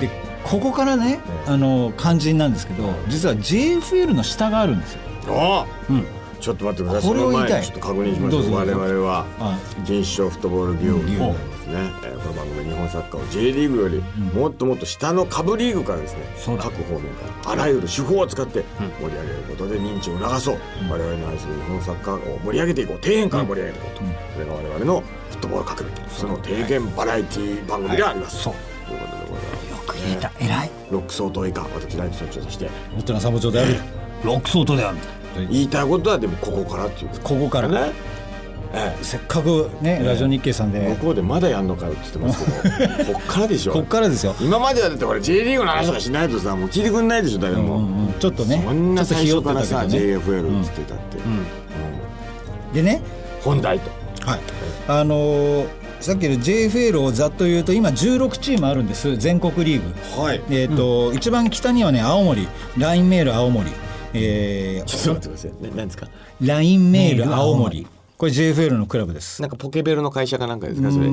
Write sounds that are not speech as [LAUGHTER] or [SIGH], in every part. でここからね、あの肝心なんですけど実は JFL の下があるんですよ、あうん、ちょっと待ってくださいこそれをの言いた前いにちょっと確認しましどうょぞうどう我ぞ々はあ銀賞フットボールビュービにューなりますね、えーこの番組日本サッカーを J リーグよりもっともっと下の下部リーグからですね、そうだ各方面からあらゆる手法を使って盛り上げることで認知を促そう、我々の愛する日本サッカーを盛り上げていこう底辺から盛り上げていこうと、これが我々のフットボール革命その提言バラエティ番組であります、そうということでございますよく言えた偉いロック相当以下私ライト総長として大人サボ長であるロックソートである言いたいことはでもここからっていうことここからね、ええせっかくね、ラジオ日経さんで向こうでまだやんのかよって言ってますけどこっからでしょこっからですよ、今まではだって俺 J リーグの話とかしないとさもう聞いてくんないでしょ誰うも、んうん、ちょっとねそんちょなっと最ひよっ初てからたさ、けどね JFL っつってたって、でね本題とはい、あのーさっきの JFL をざっと言うと今16チームあるんです全国リーグはいえっ、と、一番北にはね青森ラインメール青森、えーちょっと待ってくださいななんですかラインメール青森これ JFL のクラブですなんかポケベルの会社かなんかですかそれい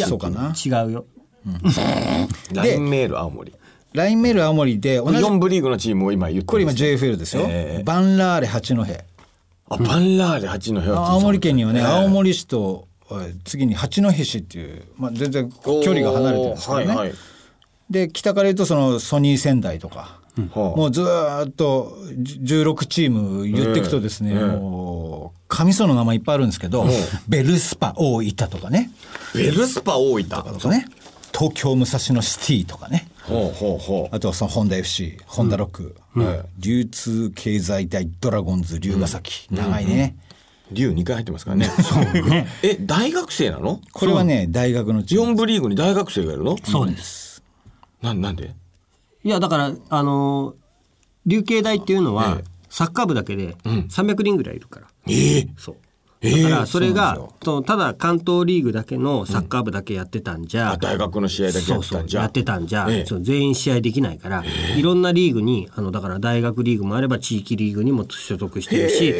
そうかな違うよ LINE メール青森ラインメール青森で同じ4部リーグのチームを今言ってこれ今ます JFL ですよ、ええバンラーレ八戸あバンラーレ8の部屋青森県にはね、青森市とえー次に八戸市っていう、まあ、全然距離が離れてるんですけどね、はいはいで北から言うとそのソニー仙台とか、はあもうずーっと16チーム言っていくとですね、もう神その名前いっぱいあるんですけど、ベルスパ大分とかねベルスパ大分とかね東京武蔵野シティとかねほうほうほうあとはそのホンダ FC ホンダロック、流通経済大ドラゴンズ龍ヶ崎、長いね、竜2回入ってますからねそうね [LAUGHS] え大学生なのこれはね大学のチーム4部リーグに大学生がいるのそうですななんでいやだからあのー琉球大っていうのは、サッカー部だけで300人ぐらいいるから、ええそうえだえからそれが、うなんですよとただ関東リーグだけのサッカー部だけやってたんじゃ、あ大学の試合だけやそっうてそたうんじゃやってたんじゃ、ええそう全員試合できないから、いろんなリーグにあのだから大学リーグもあれば地域リーグにも所属してるし、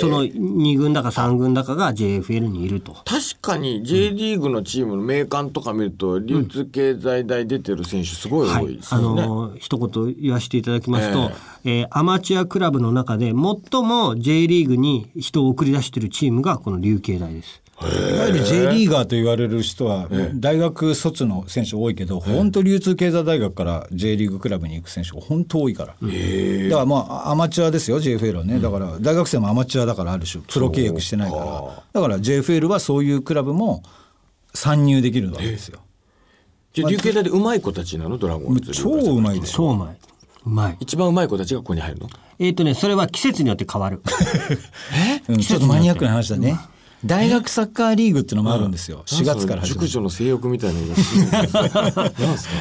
その2軍だか3軍だかが JFL にいると。確かに J リーグのチームの名鑑とか見ると流通経済大出てる選手すごいは多いいで、すあよね、のー一言言わせていただきますと、えーアマチュアクラブの中で最も J リーグに人を送り出しているチームがこの琉球大です。いわゆる J リーガーと言われる人は大学卒の選手多いけど、本当流通経済大学から J リーグクラブに行く選手が本当多いから、だからまあアマチュアですよ JFL はねだから大学生もアマチュアだからある種プロ契約してないからだから JFL はそういうクラブも参入できるわけですよじゃあ流経大でうまい子たちなのドラゴンズ超うまいでしょ超うまい。うまい。一番うまい子たちがここに入るのえっ、とね、それは季節によって変わる。うんちょっとマニアックな話だね大学サッカーリーグっていうのもあるんですよ4月からな始まんそのる熟女の性欲みたいなの [LAUGHS] がなんですか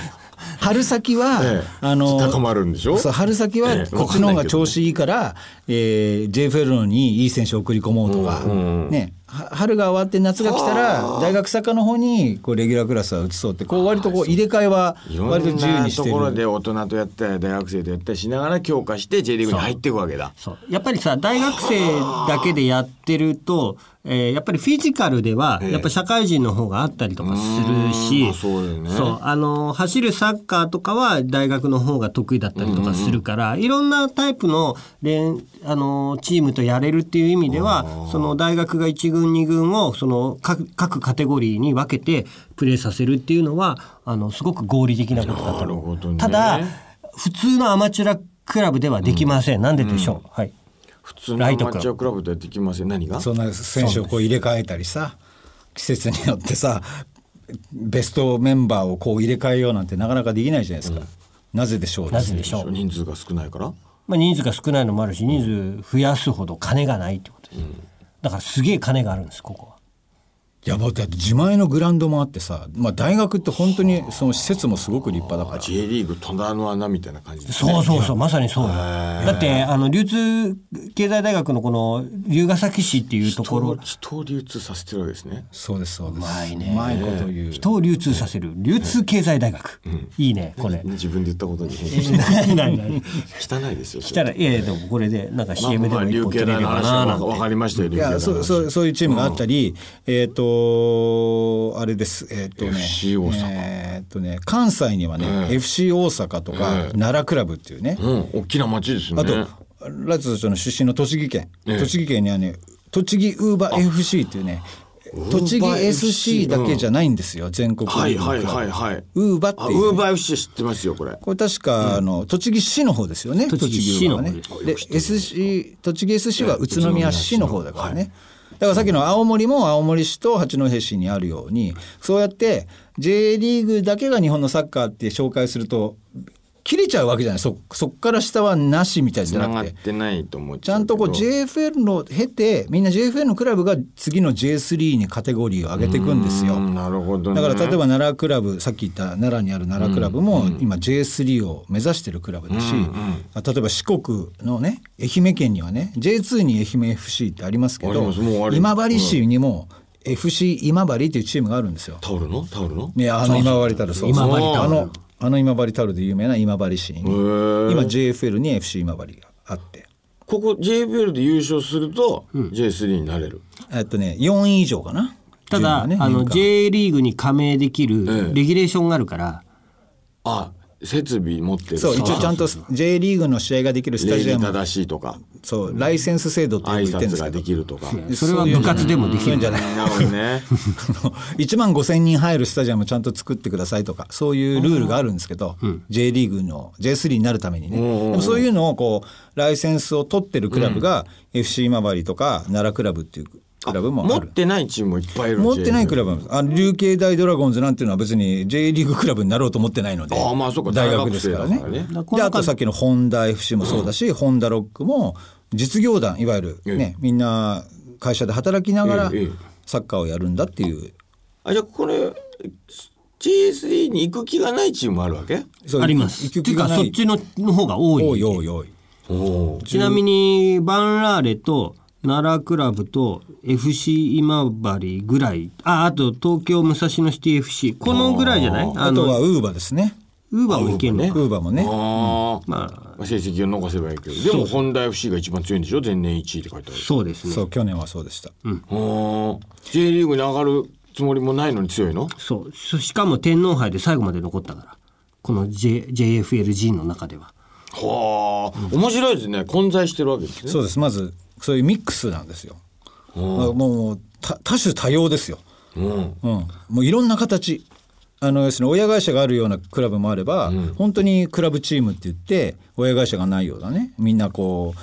春先は、ええあの高まるんでしょそう春先はええこっちの方が調子いいから、えー JFL にいい選手を送り込もうとか、ね、は春が終わって夏が来たら大学坂の方にこうレギュラークラスは移そうってこう割とこう入れ替えはいろ割とん自由なにしとてころる。で大人とやったり大学生とやったりしながら強化して J リーグに入っていくわけだそう。やっぱりさ、大学生だけでやってると、えーやっぱりフィジカルでは、やっぱ社会人の方があったりとかするうーし、んあそうだよねそうあの、走るサッカーとかは大学の方が得意だったりとかするから、いろんなタイプの連、あの、チームとやれるっていう意味では、その大学が1軍、2軍を、その各、各カテゴリーに分けてプレーさせるっていうのは、あの、すごく合理的なことだとなる思ほうどねただ、普通のアマチュラクラブではできません。な、んででしょう、はい。普通のアマチュアクラブとやってきません何がそんな選手をこう入れ替えたりさ季節によってさベストメンバーをこう入れ替えようなんてなかなかできないじゃないですか。なぜでしょうなぜでしょう。人数が少ないからまあ、人数が少ないのもあるし、人数増やすほど金がないってことです。だからすげえ金があるんです、ここは。いやもうだって自前のグラウンドもあってさ、まあ、大学って本当にその施設もすごく立派だから J リーグ隣の穴みたいな感じですねそうそうそう、まさにそうよ。だって、あの、流通経済大学のこの、龍ヶ崎市っていうところ、人を流通させてるわけですね。そうですそうですうまいねまいこと言う人を流通させる、流通経済大学。いいね、これ自分で言っ [LAUGHS] たことに変身して何何何汚いですよ来たら、いやいや、でもこれで、なんまかあ CM でまあも一琉本球取大れるのか話な、はなん分て。かりましたよい琉球大やのそう話そうそういうチームがあったり、えっ、ととあれですえっ、とね FC 大阪えっとね関西にはね、FC 大阪とか、奈良クラブっていうね、うん、大きな町ですね。あとラツの出身の栃木県、栃木県にはね栃木ウーバー FC っていうね栃木 SC だけじゃないんですよ、全国はいはいはいはい。ウーバってあいうウーバー FC 知ってますよこれ。これ確か、あの栃木市の方ですよね栃木市の方栃で木はねで SC 栃木 SC は宇都宮市の方だからね、だからさっきの青森も青森市と八戸市にあるようにそうやって J リーグだけが日本のサッカーって紹介すると切れちゃうわけじゃないそそっから下はなしみたいじつゃなながっくててないと思っちゃんとこう JFL の経てみんな JFL のクラブが次の J3 にカテゴリーを上げていくんですよ。なるほど、ね。だから例えば奈良クラブさっき言った奈良にある奈良クラブも今 J3 を目指してるクラブだし、あ例えば四国のね愛媛県にはね J2 に愛媛 FC ってありますけありどますもうあり今治市にも FC 今治っていうチームがあるんですよ。タオルのタオルの。ね、あの今治タオルそう今治タオルあのあの今治タオルで有名な今治市に今へえ JFL に FC 今治があって。ここ JBL で優勝すると J3 になれる。えっとね4位以上かな。ただ、順位があねの J リーグに加盟できええるレギュレーションがあるから、あ、設備持ってる。そう一応ちゃんとと J リーグの試合ができるスタ礼ジア儀ム正しいとかそうライセンス制度っていうのを言っ挨てるんで拶すがけどできるとか。それは部活でもできるんじゃないなるほどね。 1万5,000人入るスタジアムちゃんと作ってくださいとかそういうルールがあるんですけど、J リーグの J3 になるためにね、でもそういうのをこうライセンスを取ってるクラブが、FC 今治とか奈良クラブっていうクラブも持あっる。てないチームもいっぱいいる。持ってないクらい。ラブもある琉球大ドラゴンズなんていうのは別に J リーグクラブになろうと思ってないのであーまあそうか大学ですからね大学生だからねだからこのであとさっきのホンダ FC もそうだし、ホンダロックも実業団いわゆるね、みんな会社で働きながらええええサッカーをやるんだっていうあ、じゃあこれ J3 に行く気がないチームもあるわけ？そうあります。行くって気いうかがなそっちのの方が多い。多い多い多いおお。ちなみにバンラーレと奈良クラブと FC 今治ぐらいああと東京武蔵野シティ FC このぐらいじゃないああとのはウーバーですねウーバーもいけるウのかーバーもねああ。まあまあ成績を残せばいいけどでも本田 FC が一番強いんでしょ前年1位って書いてあるそうですねそう去年はそうでした、おー J リーグに上がるつもりもないのに強いのそうそしかも天皇杯で最後まで残ったからこの、J、JFLG の中でははあ、面白いですね混在してるわけですねそうですまずそういうミックスなんですよもうた多種多様ですよ、うんうん、もういろんな形あの要するに親会社があるようなクラブもあれば、本当にクラブチームって言って親会社がないようなねみんなこう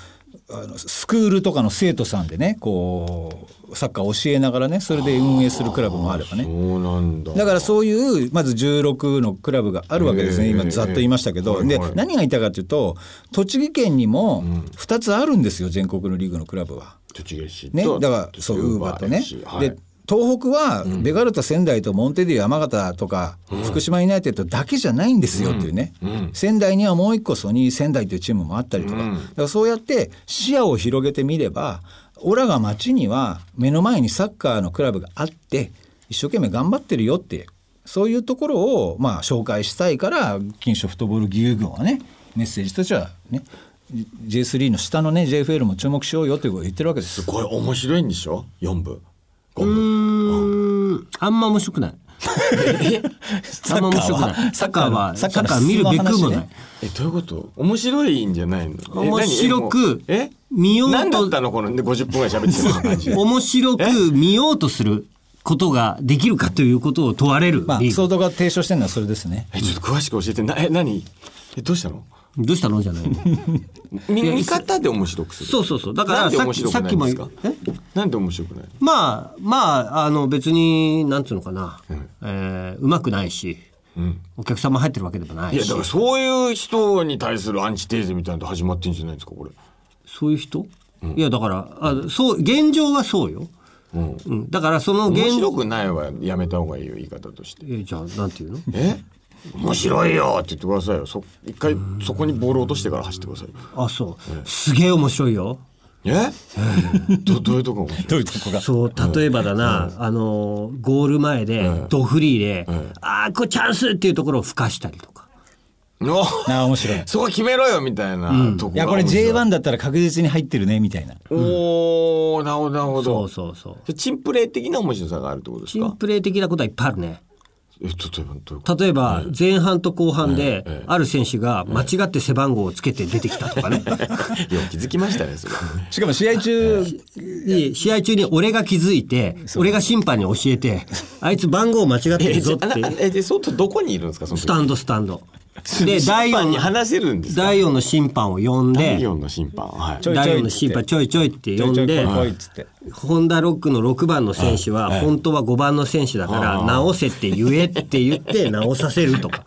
あのスクールとかの生徒さんでねこうサッカーを教えながらねそれで運営するクラブもあればねそうなんだだからそういうまず16のクラブがあるわけですね、ええ今ざっと言いましたけど、ええではいはい何が言いたいかというと栃木県にも2つあるんですよ全国のリーグのクラブは。栃木市とね、だからそうウーバーとね FC。はいで東北はベガルタ仙台とモンテディオ山形とか福島ユナイテッドだけじゃないんですよっていうね、仙台にはもう一個ソニー仙台というチームもあったりとか,、だからそうやって視野を広げてみればオラが町には目の前にサッカーのクラブがあって一生懸命頑張ってるよってそういうところをまあ紹介したいから金賞フットボール義勇軍はねメッセージとしてはね J3 の下のね JFL も注目しようよということを言ってるわけですす。ごい面白いんでしょ4部5う部ーんあんま面白く [LAUGHS] ないあんま面白くないサッカーはサッカー見るべくもないえどういうこと面白いんじゃないのえ面白く何えもうえ見ようと何だったのこの50分ぐらい喋ってる感じ [LAUGHS] 面白く見ようとすることができるかということを問われるまあリ、ーソグードが提唱してるのはそれですね。えちょっと詳しく教えてなえ何えどうしたのどうしたのじゃないの [LAUGHS] み見方で面白くするそうそうそうだかなんらでさっ面き白くさなっいきんもで言すうかえなんで面白くないまあまああの別になんつうのかな、うえーうまくないし、お客さんも入ってるわけでもないいしやだからそういう人に対するアンチテーゼみたいなの始まってんじゃないですかこれ。そういう人、いやだからあそう現状はそうよ、うん、うん、だからその面現白状くないはやめた方がいいよ言い方として。えじゃあなんていうのえ面白いよって言ってくださいよそ一回そこにボール落としてから走ってくださいよ。あそうすげえ面白いよえ [LAUGHS] どどういうとこが面白いどういうとこが。そう例えばだな、あのゴール前でドフリーで、ああこれチャンスっていうところをふかしたりとかおな [LAUGHS] あ面白いそこ決めろよみたいなとこいやこれ J1 だったら確実に入ってるねみたいなおおなるほどなるほそどうそうそうでチンプレー的な面白さがあるってことですチかンプレー的なことはいっぱいあるねえ例えばどういうこと例えば前半と後半である選手が間違って背番号をつけて出てきたとかね [LAUGHS] いや気づきましたねそれしかも試合中で試合中に俺が気づいて俺が審判に教えてあいつ番号間違ってえるじぞゃっあな [LAUGHS] てえで外どこにいるんですかそのス時タンドスタンドでで審第判に4話せるんですか第4の審判を呼ん第で4の審判はいょい第4の審判ちょいちょいって呼んちょでいちょい来いっつってホンダロックの6番の選手は本当は5番の選手だから直せって言えって言って直させるとか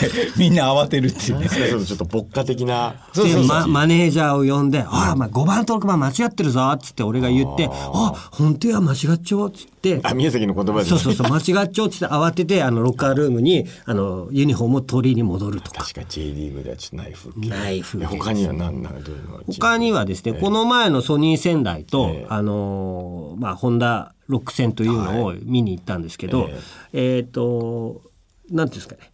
で [LAUGHS] みんな慌てるっていうねですからちょっとちょっと牧歌的なそうそうそうでまマネージャーを呼んで「あら、ま5番と6番間違ってるぞ」っつって俺が言って「あ本当や間違っちゃおう」っつってあ宮崎の言葉ですそうそうそう間違っちゃおうっつって慌ててあのロッカールームにあのユニフォームを取りに戻るとか。確か J リーグではちょっとない風景ない風景え他には何なんどういうのが他にはですね、この前のソニー仙台と、ええあのーまあホンダロック戦というのを見に行ったんですけど、えっ、となんていうんですかね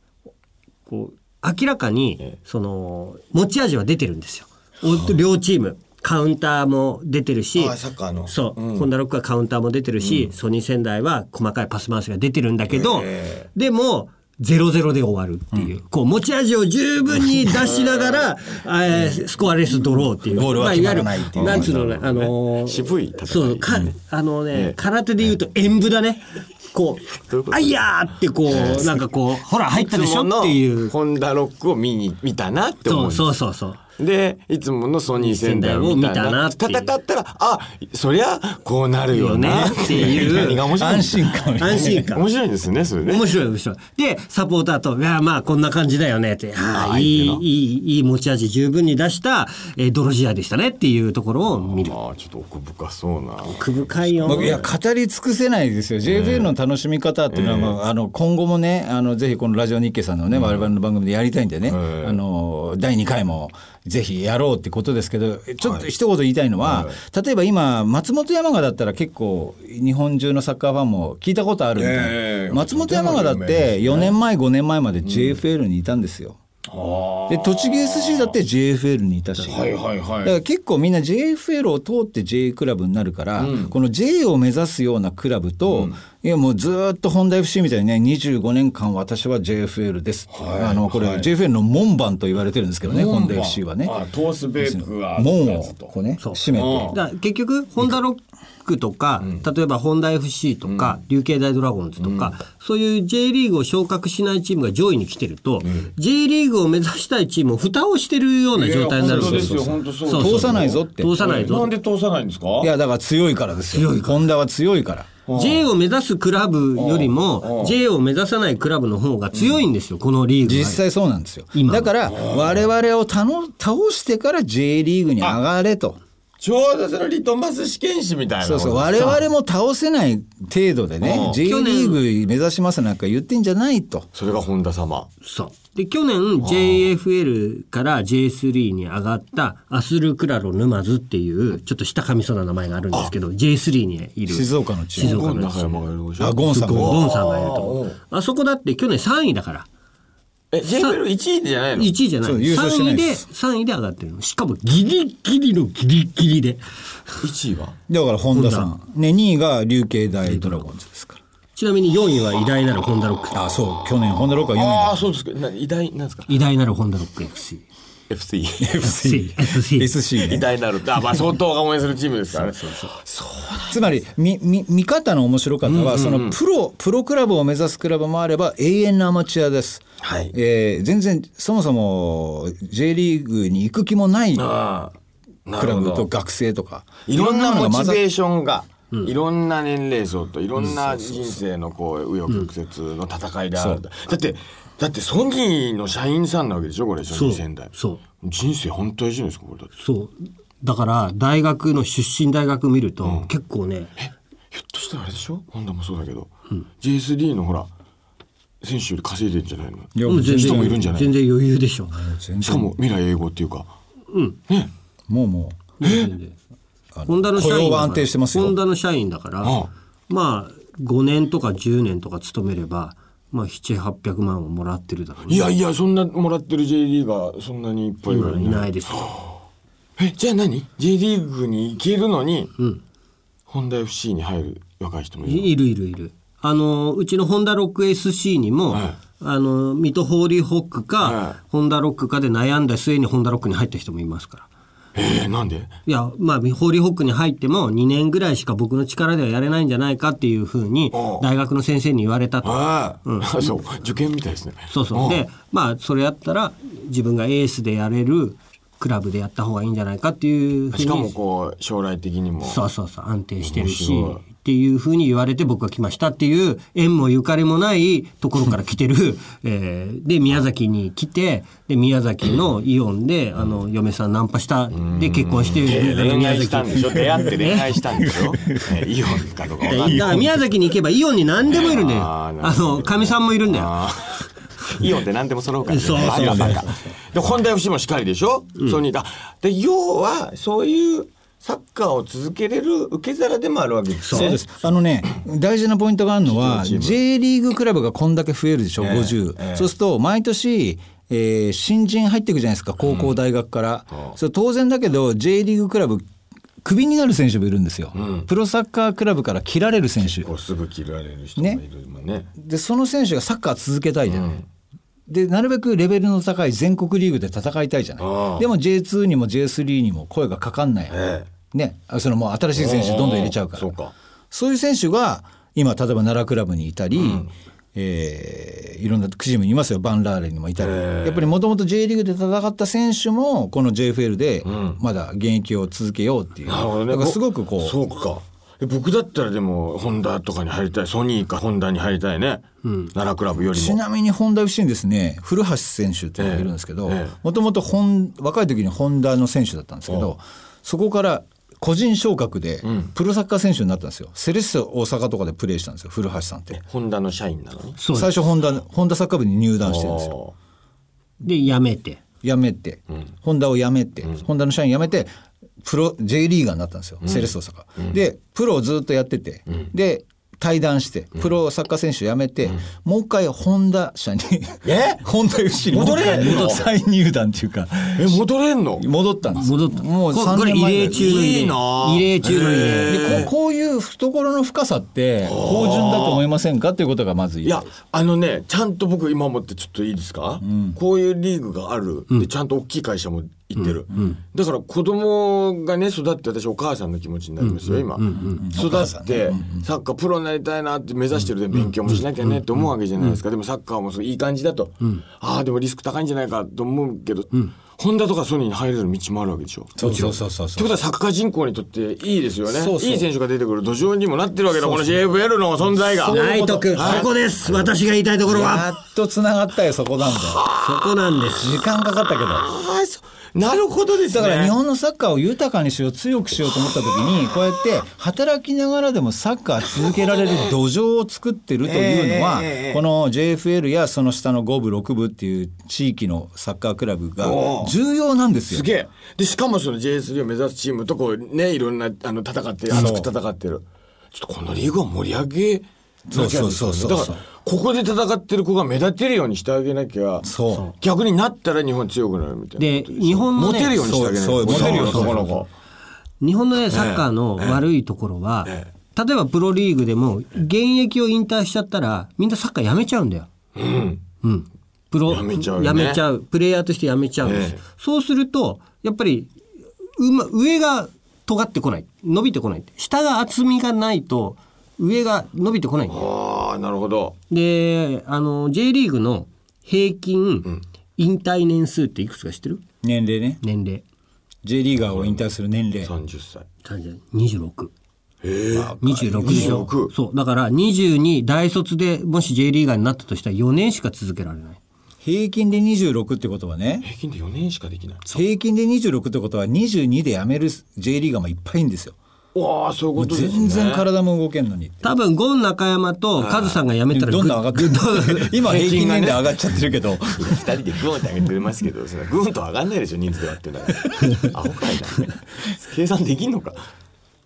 こう明らかに、その持ち味は出てるんですよ、お両チームカウンターも出てるしあサッカーのそう、ホンダロックはカウンターも出てるし、ソニー仙台は細かいパス回しが出てるんだけど、でも0-0で終わるっていう、こう持ち味を十分に出しながら、えースコアレスドローっていうゴールは決まらないっていうまあわゆるなんつうのね、あのー渋い戦いそうかあのね、空手で言うと演武だねこうどういうことあいやーってこう、なんかこうほら入ったでしょっ [LAUGHS] ていうホンダロックを見に見たなって思そううそうそうそうでいつものソニー仙台を見た仙台を見たななっってていう戦ったらあそりゃこうなるよなよねっていう何が面白い安心感みたいな安心感面白いですねそれね面白い面白いでサポーターと「いやまあこんな感じだよね」って「ああいいいいいい持ち味十分に出した、えー泥仕合でしたね」っていうところを見るああちょっと奥深そうな奥深いよ僕いや語り尽くせないですよ JFL の楽しみ方っていうのは、まあ、あの今後もねあのぜひこのラジオ日経さんのね、我々の番組でやりたいんでね、あの第2回もぜひやろうってことですけどちょっと一言言いたいのは、例えば今松本山雅だったら結構日本中のサッカーファンも聞いたことあるみたいな、ええ松本山雅だって4年前5年前まで JFL にいたんですよ。で栃木 SC だって JFL にいたし、はいはだから結構みんな JFL を通って J クラブになるから、この J を目指すようなクラブと、いやもうずーっと本田 FC みたいにね25年間私は JFL ですって、あのこれ JFL の門番と言われてるんですけどね本田 FC はね。トースベークが門をこうね閉めてだから結局ホンダロックとか、例えばホンダ FC とか、琉球大ドラゴンズとか、そういう J リーグを昇格しないチームが上位に来てると、J リーグを目指したいチームを蓋をしてるような状態になるんいや本当ですよそう本当そうそう通さないぞって通さないなぞん。で通さないんですかいやだから強いからですよ本田は強いから。 J を目指すクラブよりも J を目指さないクラブの方が強いんですよ、このリーグは。実際そうなんですよ、今だから我々をたの倒してから J リーグに上がれとちょうどそのリトマス試験紙みたいなそうそう我々も倒せない程度でね J リ去年ーグ目指しますなんか言ってんじゃないとそれが本田様そう。で、去年 JFL から J3 に上がったアスルクラロ沼津っていう、ちょっと下噛みそうな名前があるんですけど、J3 にいる。静岡のチーム静岡の中山がいるでしあょゴンさんゴンがゴンさんがいるとこあそこだって去年3位だから。え JFL1 位じゃないの1位じゃない。そう優勝してな3い位でで、す三位で上がってるの。しかもギリギリのギリギリで。 1位はだから本田さん、ね、2位が琉球大ドラゴンズですからちなみに4位は偉大なるホンダロック。あそう去年本田ロッカー4位ああだそうですかな偉大なんですか偉大なるホンダロック FC。 FC FC。FC。 SC [LAUGHS] 偉ね大なるあまあ相当が応援するチームですからねつまりみみ見方の面白かったはそのプロプロクラブを目指すクラブもあれば永遠のアマチュアです、はいえー全然そもそも J リーグに行く気もないクああなラるほブとど学生とかいろんなのモが混チざっベーションがいろんな年齢層といろんな人生のこう紆余曲折の戦いであるだってだってソニーの社員さんなわけでしょこれソそニうー仙台そう。人生本当にいいんですかこれだってそう。だから、大学の出身大学見ると、結構ね、ひょっとしたらあれでしょホンダもそうだけど J3 のほら選手より稼いでんじゃないのいやもう全人然もいるんじゃない全然余裕でしょ。しかも未来英語っていうかもうもホンダの社員雇用はだから安定してますよホンダの社員だから、ああまあ5年とか10年とか勤めればまあ、7、800万をもらってるだろうねいやいやそんなもらってる J リーガーそんなにいっぱいい今るいないですよ。えじゃあ何 J リーグに行けるのに、ん本田 FC に入る若い人もいるいいるいるいる。あの、うちのホンダロック SC にも、はいあの、水戸ホーリーホックか、はいホンダロックかで悩んだ末にホンダロックに入った人もいますから。えー、なんでいや、まあ、ホーリーホックに入っても2年ぐらいしか僕の力ではやれないんじゃないかっていうふうにおう、大学の先生に言われたと。ああ、 [LAUGHS] そう受験みたいですねそうそう。で、まあ、それやったら、自分がエースでやれるクラブでやった方がいいんじゃないかっていうふうに。しかもこう将来的にもそうそうそう安定してるし面白いっていうふうに言われて僕が来ましたっていう縁もゆかりもないところから来てる、 [LAUGHS] えーで宮崎に来てで宮崎のイオンであの嫁さんナンパしたで結婚してで恋宮愛したんでしょ出会って恋愛したんでし [LAUGHS] ょえイオンかどうかわかんだなからい宮崎に行けばイオンに何でもいるねああーなるほどのかみさんもいるんだよあーイオンって何でも揃うからねそうそうそうバカバカで本田 FC もしっかりでしょ、そうにあで要はそういうサッカーを続けれる受け皿でもあるわけですねそうですあのね大事なポイントがあるのは J リーグクラブがこんだけ増えるでしょ、50、そうすると毎年、えー新人入っていくじゃないですか高校大学から、それ当然だけど J リーグクラブクビになる選手もいるんですよ、プロサッカークラブから切られる選手こうすぐ切られる人もいるもんねでその選手がサッカー続けたいじゃない、でなるべくレベルの高い全国リーグで戦いたいじゃないああでも J2 にも J3 にも声がかかんない、えねあそのもう新しい選手どんどん入れちゃうからそうかそういう選手が今例えば奈良クラブにいたり、えーいろんなチームにいますよバンラーレにもいたり、やっぱりもともと J リーグで戦った選手もこの JFL でまだ現役を続けようっていう、なるほどねだからすごくこうそうかえ僕だったらでもホンダとかに入りたいソニーかホンダに入りたいね、奈良クラブよりちもなみに本田 FC にですね古橋選手っていうのがいるんですけどええええもともと若い時にホンダの選手だったんですけどそこから個人昇格でプロサッカー選手になったんですよ、セレッソ大阪とかでプレーしたんですよ古橋さんってホンダの社員なのにそう最初ホンダホンダサッカー部に入団してるんですよおーで辞めて辞めて、ホンダを辞めて、ホンダの社員辞めてプロ J リーガーになったんですよ、セレッソ大阪、でプロをずっとやってて、で対談してプロサッカー選手辞めて、もう一回ホンダ社にえ [LAUGHS] ホンダ FC にもう一回戻れんの再入団っていうかえ戻れんの戻ったんです戻ったもうこ3これ年異前ぐらい例中の異例いいなあ異例中の異例でこうこういう懐の深さって芳醇だと思いませんかっていうことがまずいいやあのねちゃんと僕今思ってちょっといいですか、こういうリーグがあるでちゃんと大きい会社も行ってる、だから子供がね育って私お母さんの気持ちになりますよ今、育ってサッカープロになりたいなって目指してるで勉強もしなきゃねって思うわけじゃないですかでもサッカーもそういい感じだと、ああでもリスク高いんじゃないかと思うけど、ホンダとかソニーに入れる道もあるわけでしょそうそうそうそうってことはサッカー人口にとっていいですよねそうそういい選手が出てくる土壌にもなってるわけだこの JFL の存在が。そう内藤君そはいこです私が言いたいところやはっとつながったよそこなんだよそこなんです時間かかったけどああそうなるほどですねだから日本のサッカーを豊かにしよう強くしようと思った時に [SIGHS] こうやって働きながらでもサッカー続けられる土壌を作ってるというのはこの JFL やその下の5部6部っていう地域のサッカークラブが重要なんですよす。げえでしかもその J3 を目指すチームとこうねいろんなあの戦ってそう熱く戦ってるちょっとこのリーグを盛り上げなきゃそうそうそうそうだからここで戦ってる子が目立てるようにしてあげなきゃそ逆になったら日本強くなるみたいなでことしょ日本のねモテるようにしてあげなきゃそうそうモテるよそうそこの子日本のねサッカーの悪いところは、例えばプロリーグでも現役を引退しちゃったらみんなサッカーやめちゃうんだよ。うん。プロやめちゃうねやめちゃうプレイヤーとしてやめちゃうんです。ええそうするとやっぱりうま上が尖ってこない伸びてこない下が厚みがないと上が伸びてこないんだよああなるほどであの J リーグの平均引退年数っていくつか知ってる年齢ね年齢 J リーガーを引退する年齢30歳26。ええ26でしょ26そうだから22大卒でもし J リーガーになったとしたら4年しか続けられない平均で26ってことはね平均で4年しかできない平均で26ってことは22で辞める J リーガーもいっぱいいるんですよ。わあそういうことですね全然体も動けんのに。多分ゴン中山とカズさんが辞めたらどんどん上がってる今平均年平均がね齢上がっちゃってるけど。二人でグーンって上げてますけど、それ [LAUGHS] グーンと上がんないでしょ、人数で割ってんだから。アホかいな。計算できんのか。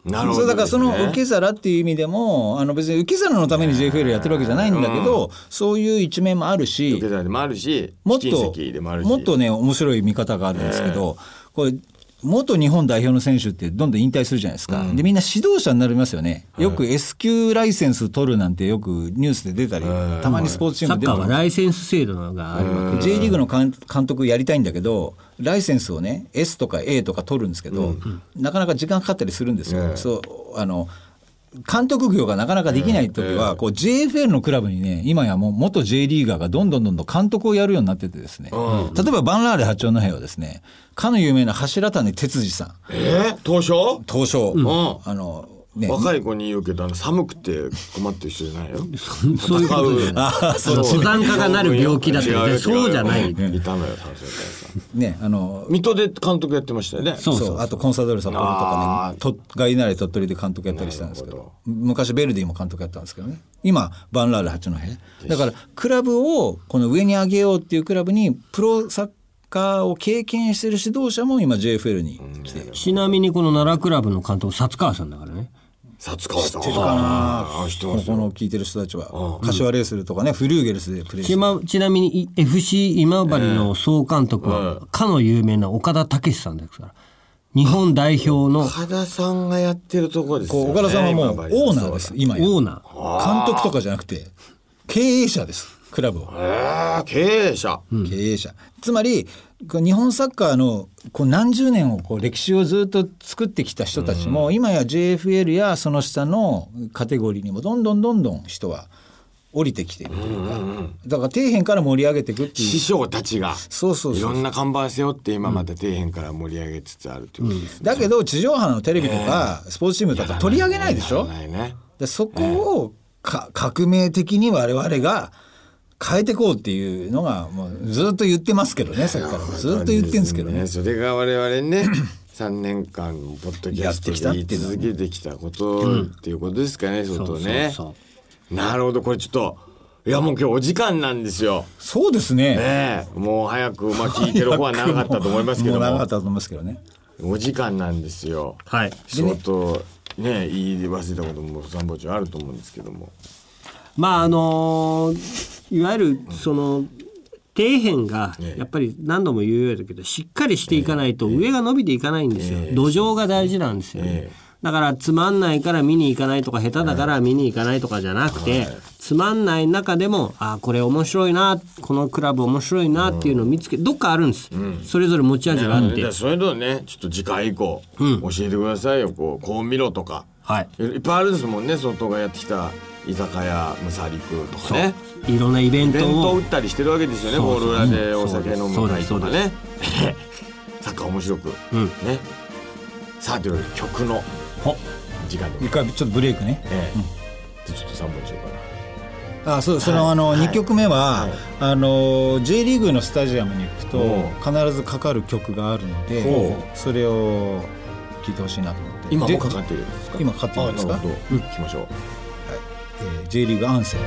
なるほどそうだからそですのね受け皿っていう意味でもあの別に受け皿のために JFL やってるわけじゃないんだけど、そういう一面もあるし受け皿でもあるしもっ試と金石でもあるしもっとね面白い見方があるんですけど、これ元日本代表の選手ってどんどん引退するじゃないですか、でみんな指導者になりますよね、よく S 級ライセンス取るなんてよくニュースで出たり、たまにスポーツチーサムッで出カてーくはるライセンス制度があるわけ J リーグの監監督やりたいんだけどライセンスをね S とか A とか取るんですけど、なかなか時間かかったりするんですよ。そうあの監督業がなかなかできない時は、こう JFL のクラブにね今やもう元 J リーガーがどんどんどんどん監督をやるようになっててですね、例えばバンラーレ八丁の兵はですねかの有名な柱谷哲司さんえー東証東証、んあのね若い子に言うけどあの寒くて困ってる人じゃない [LAUGHS] よ。そういうことじゃない戦うそう登山家がなる病気だって違うよそうじゃない違うよいたのよ、三世さん。ねあの水戸で監督やってましたよね。そうそうあとコンサドール札幌とかあねとガイナレ鳥取で監督やったりしたんですけどなるほ昔ベルディも監督やったんですけどね今バンラール八戸だからクラブをこの上に上げようっていうクラブにプロサッカーを経験してる指導者も今 JFL に来てる。ちなみにこの奈良クラブの監督薩川さんだからね薩川さん。知ってかなあ、知ってこますこよ。の聞いてる人たちは柏レースルとかねフルーゲルスでプレーしてちるまちなみにい FC 今治の総監督はかの有名な岡田武史さんですから日本代表の岡田さんがやってるとこですよこうね。岡田さんはもう今オーナーです。今やオ監ーナー督とかじゃなくて経営者ですクラブを。えー、経営者。経営者、つまりこう日本サッカーのこう何十年をこう歴史をずっと作ってきた人たちも、今や JFL やその下のカテゴリーにもどんどんどんどん人は降りてきているというか、だから底辺から盛り上げていくっていう師匠たちが、そうそういそろうんな看板背負って今また底辺から盛り上げつつあるってことですね。だけど地上波のテレビとかスポーツチームとか取り上げないでしょ、やらないね。でそこをか革命的に我々が変えていこうっていうのがもうずっと言ってますけどねさっきからずっと言ってるんですけどね。それが我々ね3年間ポッドキャストで言い続けてきたことっていうことですかね相当ねそうそうなるほどこれちょっといやもう今日お時間なんですよそうですねねえもう早くまあ聞いてる方は長かったと思いますけど [LAUGHS] もう長かもったと思いますけどね。お時間なんですよはい相当ね言い忘れたことも三本中あると思うんですけどもまああのーいわゆるその底辺がええやっぱり何度も言うようだけどしっかりしていかないと上が伸びていかないんですよ土壌が大事なんですよねえだからつまんないから見に行かないとか下手だから見に行かないとかじゃなくてつまんない中でもあーこれ面白いなこのクラブ面白いなっていうのを見つけどっかあるんですそれぞれ持ち味があっじてゃあそういうのをねちょっと次回以降教えてくださいよこうこう見ろとかはいいっぱいあるんですもんね相当がやってきた居酒屋ムサリクとかねいろんなイベン弁ト当を打ったりしてるわけですよねそうボそうール裏でお酒うん飲そむうで会すとかね [LAUGHS] サッカー面白くんねさあというわけで曲のほ時間で一回ちょっとブレイクね。ええでちょっと3本中からあ、そう、その、あの、二曲目は、あの、J リーグのスタジアムに行くと、必ずかかる曲があるのでほ、それを聴いてほしいなと思って。今でもかかってるんですか今かかってるんですかあなほど行きましょうえー J リーグアンセム。